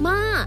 妈，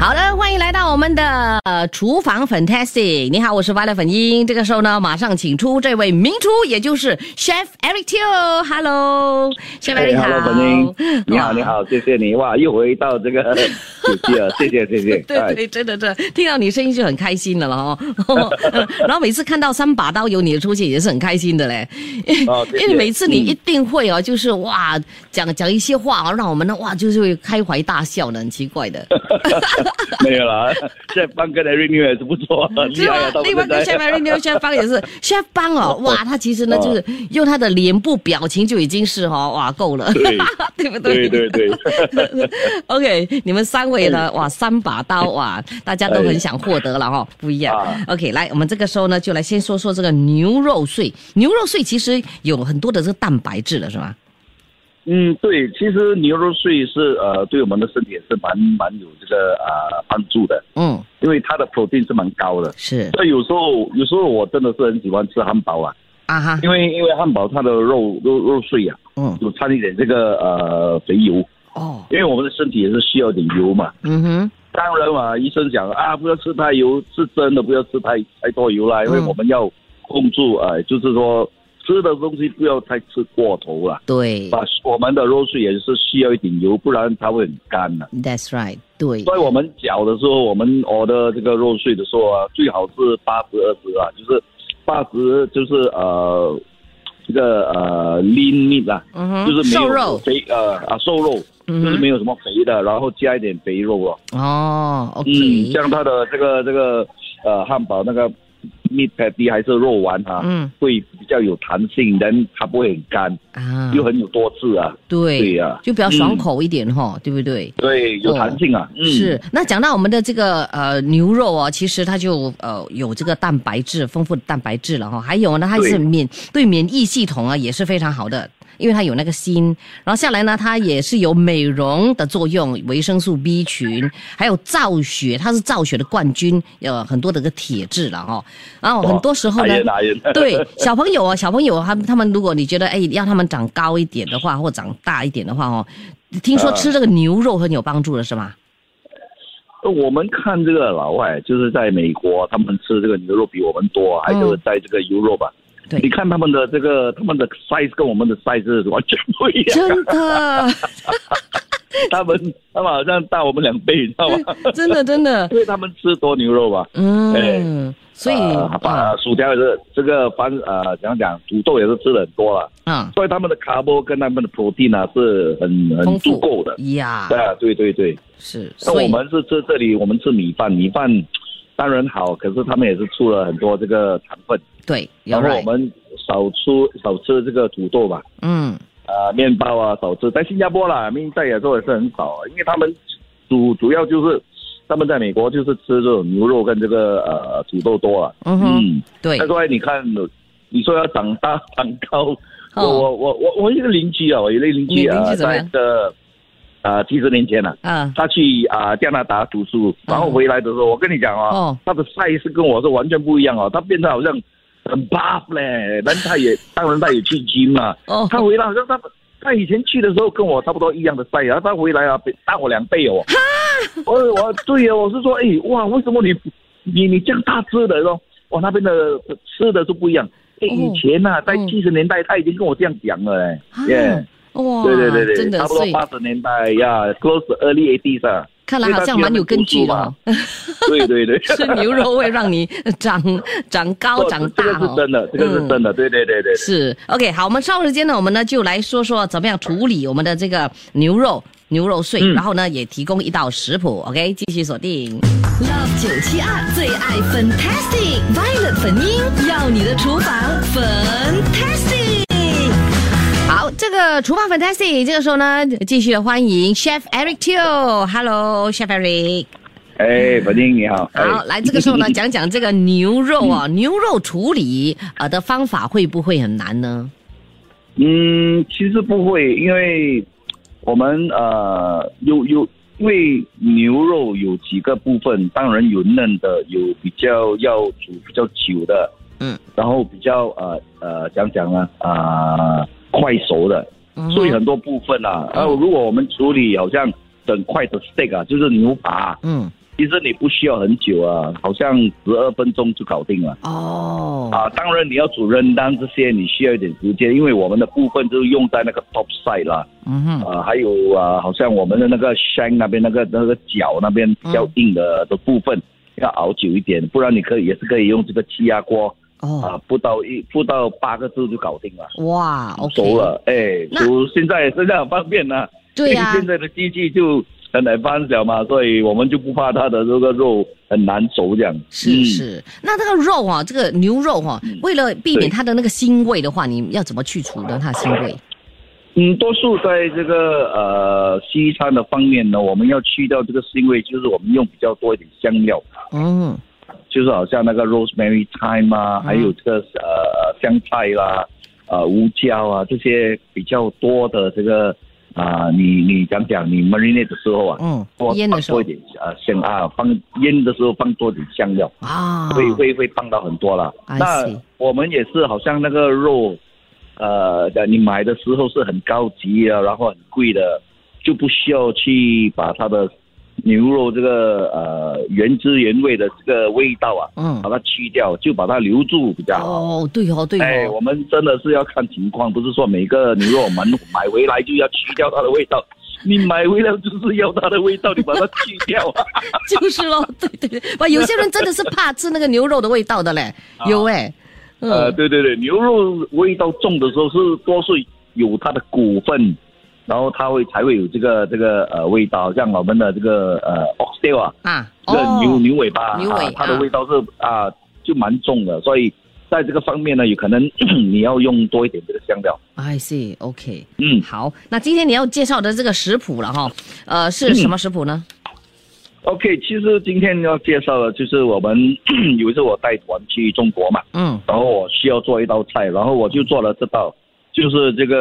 好的，欢迎来到我们的呃厨房 Fantastic。你好，我是 Violet 粉英。这个时候呢，马上请出这位名厨，也就是 Chef Eric Teo。Hello，Chef Eric，好。Hello，粉哎 英，你好，你好，谢谢你。哇，又回到这个。谢谢谢哎谢，对对，真的真的，听到你声音就很开心了了哦。 然后每次看到三把刀有你的出现也是很开心的嘞， 哦、因为每次你一定会哦，嗯、就是哇讲讲一些话哦，让我们呢哇就是会开怀大笑的，很奇怪 的。没有 啦，在邦哥的 renew 也是不错，厉害啊！另外一个 chef renew chef 邦也是 chef 邦哦，哇，他其实呢哦就是用他的脸部表情就已经是哦哇够了， 对 不对？对对对。 OK，你们三位。对哎了，哇，三把刀哇，大家都很想获得了哈、哎哦，不一样。啊、OK，来，我们这个时候呢，就来先说说这个牛肉碎。牛肉碎其实有很多的这个蛋白质了，是吗？嗯，对，其实牛肉碎是呃，对我们的身体也是蛮蛮有这个呃帮助的。嗯，因为它的 protein 是蛮高的。是。所以有时候有时候我真的是很喜欢吃汉堡啊。啊哈。因为因为汉堡它的肉肉肉碎呀、啊，嗯，有掺一点这个呃肥油。哦，因为我们的身体也是需要点油嘛。嗯哼，当然嘛，医生讲啊，不要吃太油，是真的不要吃太太多油啦，因为我们要控制啊、呃，就是说吃的东西不要太吃过头了。对，把我们的肉碎也是需要一点油，不然它会很干的、啊。 That's right，对。所以我们搅的时候，我们熬的这个肉碎的时候啊，最好是八十二十啊，就是八十就是呃这个呃 lean meat 啊，嗯、就是没有肥呃啊瘦肉。就是没有什么肥的，然后加一点肥肉啊哦。哦，OK，嗯，像它的这个这个呃汉堡那个 meat patty 还是肉丸啊，嗯，会比较有弹性，但它不会很干啊，又很有多汁啊。嗯对，对呀，就比较爽口一点哈，对不对？对，有弹性啊。哦是。那讲到我们的这个呃牛肉哦，其实它就呃有这个蛋白质，丰富的蛋白质了哈。还有呢，它是免对免疫系统啊也是非常好的。因为它有那个锌，然后下来呢，它也是有美容的作用，维生素 B 群，还有造血，它是造血的冠军，有很多的个铁质了哦。然后很多时候呢，哎 对小朋友啊，小朋友他他们如果你觉得哎要他们长高一点的话，或长大一点的话哦，听说吃这个牛肉很有帮助的是吗？ 我们看这个老外，就是在美国，他们吃这个牛肉比我们多，还有在这个 Europe、啊。你看他们的这个，他们的 size 跟我们的 size 完全不一 样。真的，他们他们好像大我们两倍，你知 道吗？真的真的，因为他们吃多牛肉啊吧。嗯，哎，所以呃把薯条也是这个番呃，怎样讲，土豆也是吃的很多了。嗯，所以他们的 carbo 跟他们的 protein 啊是很很足够的。呀，对啊，对对对，是。那我们是吃这里，我们吃米饭，米饭当然好，可是他们也是出了很多这个糖分。对，然后我们少出少吃这个土豆吧，嗯，呃，面包啊少吃，在新加坡啦，面在亚洲也是很少，因为他们主主要就是他们在美国就是吃这种牛肉跟这个呃土豆多了，嗯嗯，对。另外哎你看，你说要长大长高，我我我我我一个邻居啊，我一个哦邻居啊，在这啊七十年前了，嗯，他去啊加拿大读书，然后回来的时候，我跟你讲啊，他的赛事跟我是完全不一样哦，他变得好像。很 buff 嘞，但他也当然他也去 gym 啊嘛，哦， 他回来好像他他以前去的时候跟我差不多一样的 size，然后他回来啊大我两倍哦， 我我对呀、哦，我是说哎哇，为什么你你你这样大只的咯？哇那边的吃的都不一样，哎哦以前呐、啊、在七十年代他已经跟我这样讲了嘞，耶，啊哇，对对对对，差不多八十年代呀，close early eighties 啊。看来好像蛮有根据的哦。 对对对，吃牛肉会让你长长高长大嗯 哦。这个是真的，这个是真的，对对对对。是 OK，好，我们稍后时间呢，我们呢就来说说怎么样处理我们的这个牛肉。牛肉碎，嗯然后呢也提供一道食谱，OK，继续锁定。 Love 九七二最爱 Fantastic Violet 粉音，要你的厨房 Fantastic。好，这个厨房 fantastic，这个时候呢，继续的欢迎 Chef Eric Teo，Hello Chef Eric。哎，文英你好。嗯好，哎来这个时候呢，讲讲这个牛肉 啊，牛肉处理呃的方法会不会很难呢？嗯，其实不会，因为我们呃有有，因为牛肉有几个部分，当然有嫩的，有比较要煮比较久的，嗯，然后比较呃呃讲讲呢啊、呃快熟的，嗯所以很多部分啊，呃，如果我们处理好像整块的 steak 啊，就是牛扒啊，嗯，其实你不需要很久啊，好像十二分钟就搞定了。哦，啊，当然你要煮rendang 这些，你需要一点时间，因为我们的部分就是用在那个 top side 啦，嗯哼，啊，还有啊，好像我们的那个 shank 那边那个那个脚那边比较硬的的部分。要熬久一点，不然你可以也是可以用这个气压锅哦，啊，不到一不到八个字就搞定了，哇熟，OK，了，哎，那熟现在现在很方便呢、对呀、因为现在的机器就很难翻小嘛，所以我们就不怕它的这个肉很难熟这样。是嗯是。那这个肉啊，这个牛肉哈、为了避免对它的那个腥味的话，你要怎么去除呢？它的腥味？嗯，多数在这个呃西餐的方面呢，我们要去掉这个腥味，就是我们用比较多一点香料，嗯就是好像那个 rosemary thyme 啊，还有这个呃香菜啦、呃胡椒啊这些比较多的这个啊、你你讲讲你 marinate 的时候啊，嗯多，腌的时候放多一点呃香啊，放腌的时候放多点香料，啊，会会会放到很多啦。 I 那 see 我们也是好像那个肉，呃，你买的时候是很高级的，然后很贵的，就不需要去把它的牛肉这个呃原汁原味的这个味道啊，嗯把它去掉，就把它留住比较好。哦，对哦，对哎，哦我，们真的是要看情况，不是说每个牛肉我们买回来就要去掉它的味道。你买回来就是要它的味道，你把它去掉。啊就是 喽，对对对，哇，有些人真的是怕吃那个牛肉的味道的嘞，有哎、嗯、啊呃，对对对，牛肉味道重的时候是多数有它的骨分，然后它会才会有这个这个呃味道，像我们的这个呃 oxtail 啊，啊，这个哦，牛、牛尾巴牛尾啊，它的啊味道是啊就蛮重的，所以在这个方面呢，有可能 你要用多一点这个香料。 I see，OK，、嗯，好，那今天你要介绍的这个食谱了哈，呃，是什么食谱呢？ OK，其实今天要介绍的就是我们 有一次我带团去中国嘛，嗯然后我需要做一道菜，然后我就做了这道，就是这个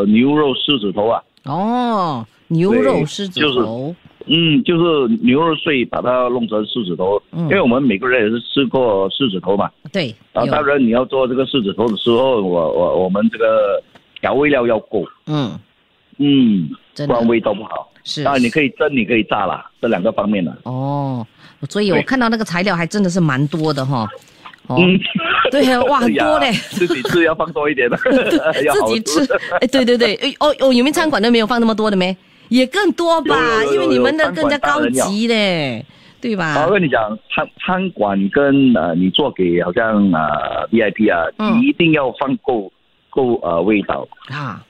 呃牛肉狮子头啊。哦，牛肉对狮子就是头，嗯，就是牛肉碎把它弄成狮子头，嗯因为我们每个人也是吃过狮子头嘛。对，然后有当然你要做这个狮子头的时候，我我我们这个调味料要够，嗯，嗯，真不的然味道不好。是，当然你可以蒸，你可以炸啦，这两个方面的。哦，所以对我看到那个材料还真的是蛮多的哈。哦，嗯，对啊，哇， 很多嘞哎呀，自己吃要放 多一点 的，要自好己吃。哎，对对 对，哎哦哦，你们餐馆都没有放那么多的没？也更多吧有有，有因为你们的有有更加餐馆高当然有级嘞，对吧我？跟你讲，餐餐馆跟呃你做给好像呃 VIP 啊，嗯你一定要放够够呃味道，啊，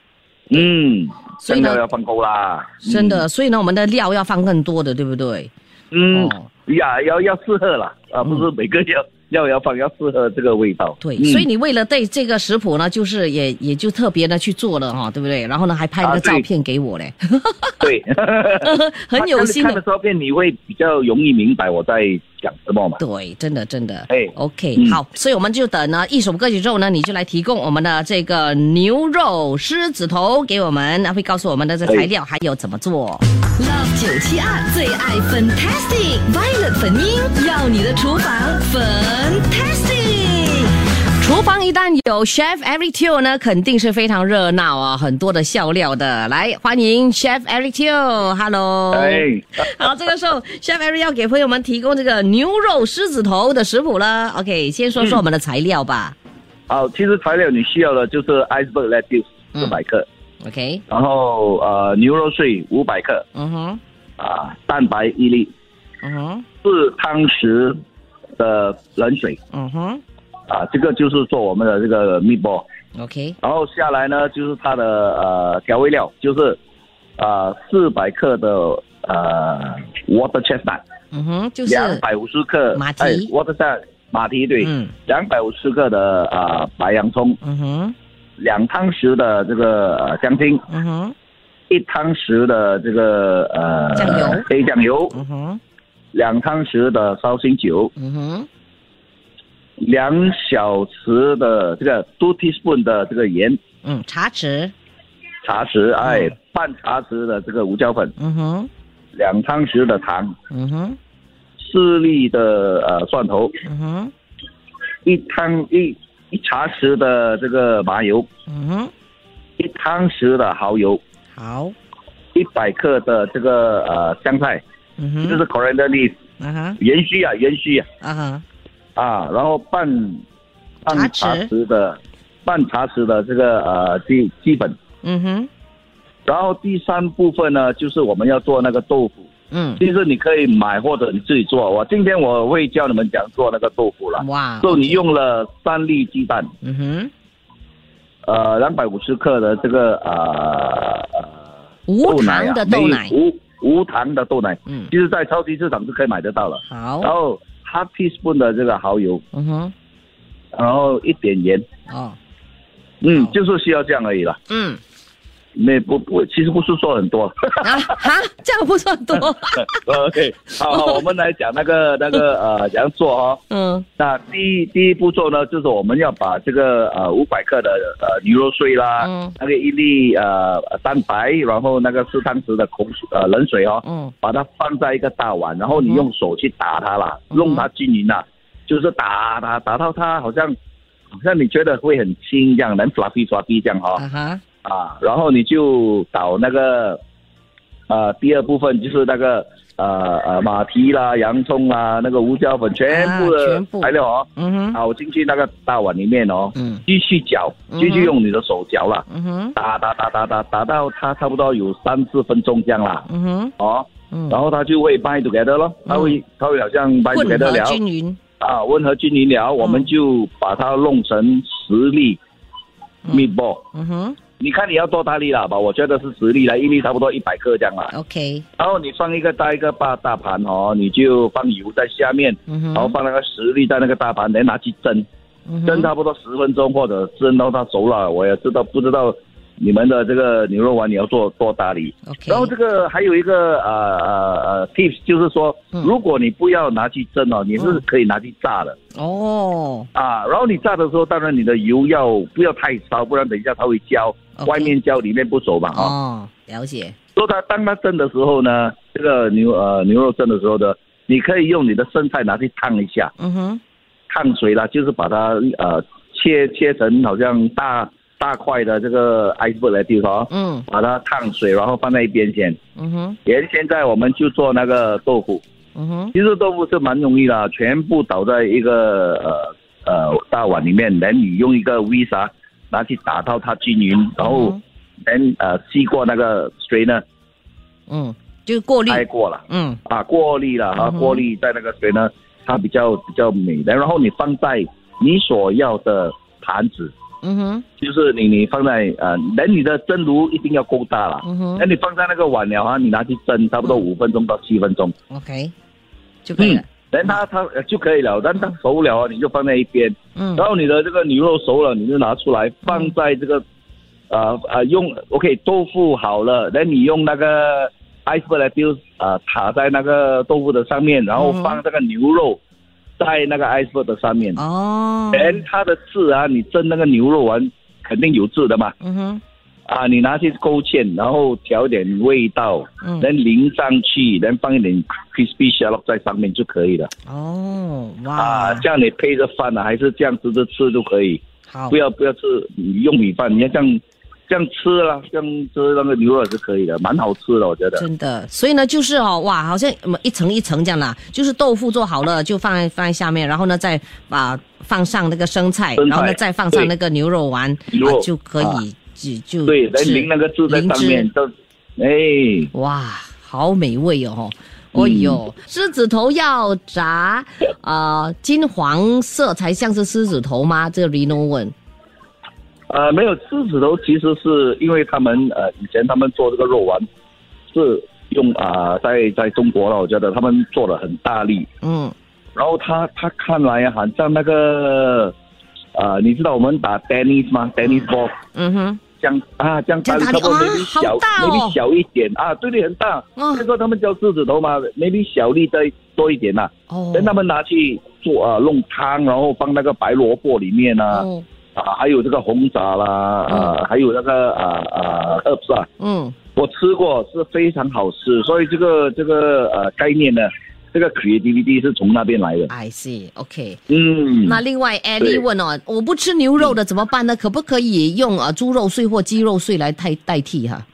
嗯，所以呢香料要放够啦，嗯真的，所以呢，我们的料要放更多的，对不对？嗯哦，嗯呀，要要适合啦，啊，不是每个要要要放要适合这个味道。对，嗯所以你为了对这个食谱呢，就是也也就特别的去做了哈，对不对？然后呢，还拍了啊个对照片给我嘞， 对， 很有心看看的的。照片，你会比较容易明白我在讲什么嘛。对，真的真的。哎 o k 嗯好，所以我们就等呢一首歌曲之后呢，你就来提供我们的这个牛肉狮子头给我们，然后会告诉我们的这哎材料还有怎么做。 Love 九七二最爱 Fantastic Violet 粉音，要你的厨房 Fantastic。厨房一旦有 Chef Eric Teo 呢，肯定是非常热闹啊，很多的笑料的。来，欢迎 Chef Eric Teo，Hello。哎，好，这个时候 Chef Eric 要给朋友们提供这个牛肉狮子头的食谱了。OK，先说说我们的材料吧。好，其实材料你需要的就是 iceberg lettuce 嗯四百克， OK，然后呃牛肉碎五百克，嗯哼，啊蛋白一粒，嗯哼，四汤匙的冷水，嗯哼啊，这个就是做我们的这个 meatball。 ，OK，然后下来呢，就是它的呃调味料，就是呃四百克的呃 water chestnut，嗯哼，就是两百五十克马蹄哎 water chestnut 马蹄对嗯，两百五十克的呃白洋葱，嗯哼，两汤匙的这个呃香精，嗯哼，一汤匙的这个呃酱油黑酱油，嗯哼，两汤匙的绍兴酒，嗯哼，两小匙的这个 two teaspoon 的这个盐嗯，茶匙，茶匙，哎，半茶匙的这个胡椒粉，嗯哼，两汤匙的糖，嗯哼，四粒的呃蒜头，嗯哼，一汤一一茶匙的这个麻油，嗯哼，一汤匙的蚝油，好，一百克的这个呃香菜，嗯这哼，是 coriander leaf，啊哈，元须啊，元须啊，啊哈，啊，然后半半茶茶匙匙的半茶匙的这个呃基基本，嗯哼，然后第三部分呢，就是我们要做那个豆腐。嗯，其实你可以买或者你自己做。我今天我会教你们讲做那个豆腐了。哇，就你用了三粒鸡蛋，嗯哼，呃，两百五十克的这个呃呃无豆奶糖啊的豆没奶，无无糖的豆奶，嗯，其实在超级市场是可以买得到了。好，然后 half teaspoon 的这个蚝油，嗯哼，然后一点盐，哦，嗯好，就是需要这样而已了。嗯，那不不，其实不是说很多。 啊哈，这样不算多， OK，好哦好，我们来讲 那个那个呃，怎样做哦。嗯那第一第一步骤呢，就是我们要把这个呃五百克的呃牛肉碎啦，嗯那个一粒呃蛋白，然后那个四汤匙的口水呃冷水哦，嗯把它放在一个大碗，然后你用手去打它啦，嗯弄它均匀啦，就是打打打到它好像好像你觉得会很轻这样，能 fluffy fluffy 这样哈、啊哈，啊，然后你就倒那个呃第二部分就是那个。呃呃，马蹄啦、洋葱啦、那个胡椒粉，全部啊的全部材料哦，嗯哼，好，我进去那个大碗里面哦，嗯继续搅，继续用你的手搅啦，嗯哼，打打打打打打到它差不多有三四分钟这样啦，嗯哼，哦，嗯，然后它就会 bind together 咯，它会它会好像 bind 混 together 合了均匀，啊，温和均匀了，我们就把它弄成十粒 meatball，嗯哼你看你要多大粒啦吧？我觉得是十粒啦，一粒差不多一百克这样啦。嗯，OK，然后你放一个大一个大大盘哦，你就放油在下面，嗯哼，然后放那个十粒在那个大盘，再拿去蒸。嗯蒸哼，差不多十分钟或者蒸到它熟了，我也知道不知道你们的这个牛肉丸你要做多大力。 OK，然后这个还有一个呃呃呃 tips 就是说，嗯如果你不要拿去蒸哦，你是可以拿去炸的、哦，啊。然后你炸的时候，当然你的油要不要太烧，不然等一下它会焦 OK 外面焦里面不熟嘛啊。哦，了解，所以它当它蒸的时候呢，这个牛呃牛肉蒸的时候呢，你可以用你的生菜拿去烫一下，嗯哼，烫水啦，就是把它呃切切成好像大大块的这个 iceberg 来地方，嗯把它烫水，然后放在一边先。嗯哼，原现在我们就做那个豆腐，嗯哼，其实豆腐是蛮容易的，全部倒在一个呃呃大碗里面，然后你用一个 V 啥拿去打到它均匀，然后嗯然呃吸过那个水呢，嗯，就是过滤，开过了。嗯啊，过滤了啊，嗯哼过滤在那个水呢，它比较比较美的。然后你放在你所要的盘子，嗯哼，就是你你放在呃，那你的蒸炉一定要够大啦。嗯哼嗯那你放在那个碗了啊，你拿去蒸，差不多五分钟到七分钟， ，OK，就 Ừ. 可以了，等它它呃就可以了。但它熟了啊，你就放在一边。嗯然后你的这个牛肉熟了，你就拿出来放在这个，呃呃，用 OK 豆腐好了，那你用那个 iceberg 来 build 啊、塔在那个豆腐的上面，然嗯后哼放这个牛肉在那个 iceberg 的上面。哦，连、它的汁啊，你蒸那个牛肉丸肯定有汁的嘛，嗯哼，啊，你拿去勾芡，然后调点味道，嗯然后淋上去，然后放一点 crispy shallot 在上面就可以了。哦，啊哇，，这样你配着饭啊，还是这样子的吃就可以。好不，要不要吃用米饭，你要这样这样吃啦，这样吃那个牛肉也是可以的，蛮好吃的，我觉得。真的，所以呢，就是哦，哇，好像嗯一层一层这样啦，就是豆腐做好了就放在放在下面，然后呢再把放上那个生菜，生菜然后呢再放上那个牛肉丸，牛肉啊、就可啊以就就对，来吃淋那个汁在上面淋，这哎，哇，好美味哦！嗯哦哟，狮子头要炸，呃，金黄色才像是狮子头吗？这个 Reno 问。啊呃，没有狮子头，其实是因为他们呃以前他们做这个肉丸，是用啊、在在中国了，我觉得他们做的很大力。嗯然后他他看来啊好像那个呃，你知道我们打 tennis 吗？tennis ball 嗯哼，这样啊，这样这样打差不多啊 maybe 好小大哦 maybe 小一点啊，对对，很大。嗯那时候他们叫狮子头嘛，maybe 小力再多一点呐、啊哦，等他们拿去做啊、呃弄汤，然后放那个白萝卜里面啊，哦，啊，还有这个红枣啦，啊，还有那个啊啊 herbs 啊，嗯我吃过是非常好吃，所以这个这个呃概念呢，这个 creativity 是从那边来的。 ，I see，OK、嗯，那另外，Ellie 对问哦，我不吃牛肉的怎么办呢？可不可以用啊猪肉碎或鸡肉碎来代代替哈？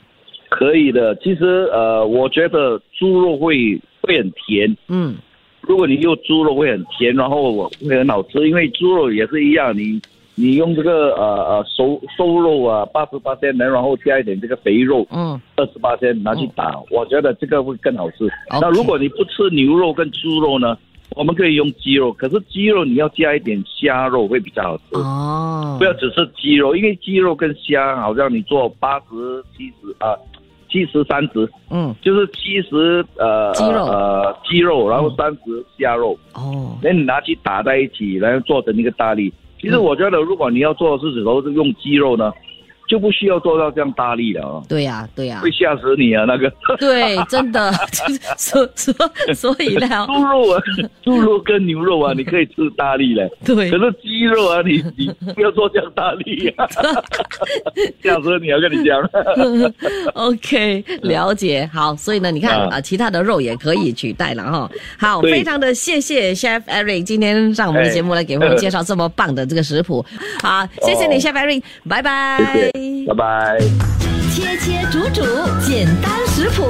可以的。其实呃，我觉得猪肉会会很甜，嗯如果你用猪肉会很甜，然后我会很好吃，因为猪肉也是一样，你你用这个呃呃瘦瘦肉啊，八十八鲜，然后加一点这个肥肉，嗯，二十八鲜拿去打，我觉得这个会更好吃。 OK 那如果你不吃牛肉跟猪肉呢，我们可以用鸡肉，可是鸡肉你要加一点虾肉会比较好吃。哦不，要只是鸡肉，因为鸡肉跟虾好像你做八十、七十啊，七十、三十，嗯就是七十呃鸡肉呃鸡肉，然后三十虾肉，哦，那你拿去打在一起，然后做成一个大嗯力。其实我觉得，如果你要做狮子头是用鸡肉呢，就不需要做到这样大力了啊，对呀、对 呀、会吓死你啊！那 个对，真的， 所所所以 呢，猪肉啊，猪肉跟牛肉啊，你可以吃大力嘞，对可是鸡肉啊，你你不要做这样大力 啊， 吓死你啊！跟你讲。 ，OK，了解，好，所以呢，你看啊、嗯啊其他的肉也可以取代了哈。好，对非常的谢谢 Chef Eric 今天上我们的节目来给我们介绍这么棒的这个食谱，好，谢谢你哦 Chef Eric，拜拜。谢谢，拜拜。切切煮煮，简单食谱，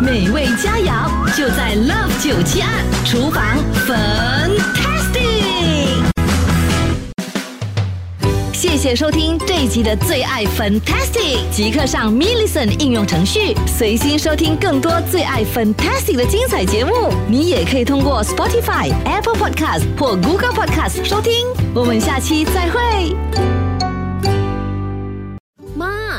美味佳肴就在 Love 972厨房 Fantastic。谢谢收听这一集的最爱 Fantastic，即刻上 m i l l i c e n 应用程序，随心收听更多最爱 Fantastic 的精彩节目。你也可以通过 Spotify、Apple Podcast 或 Google Podcast 收听。我们下期再会。妈，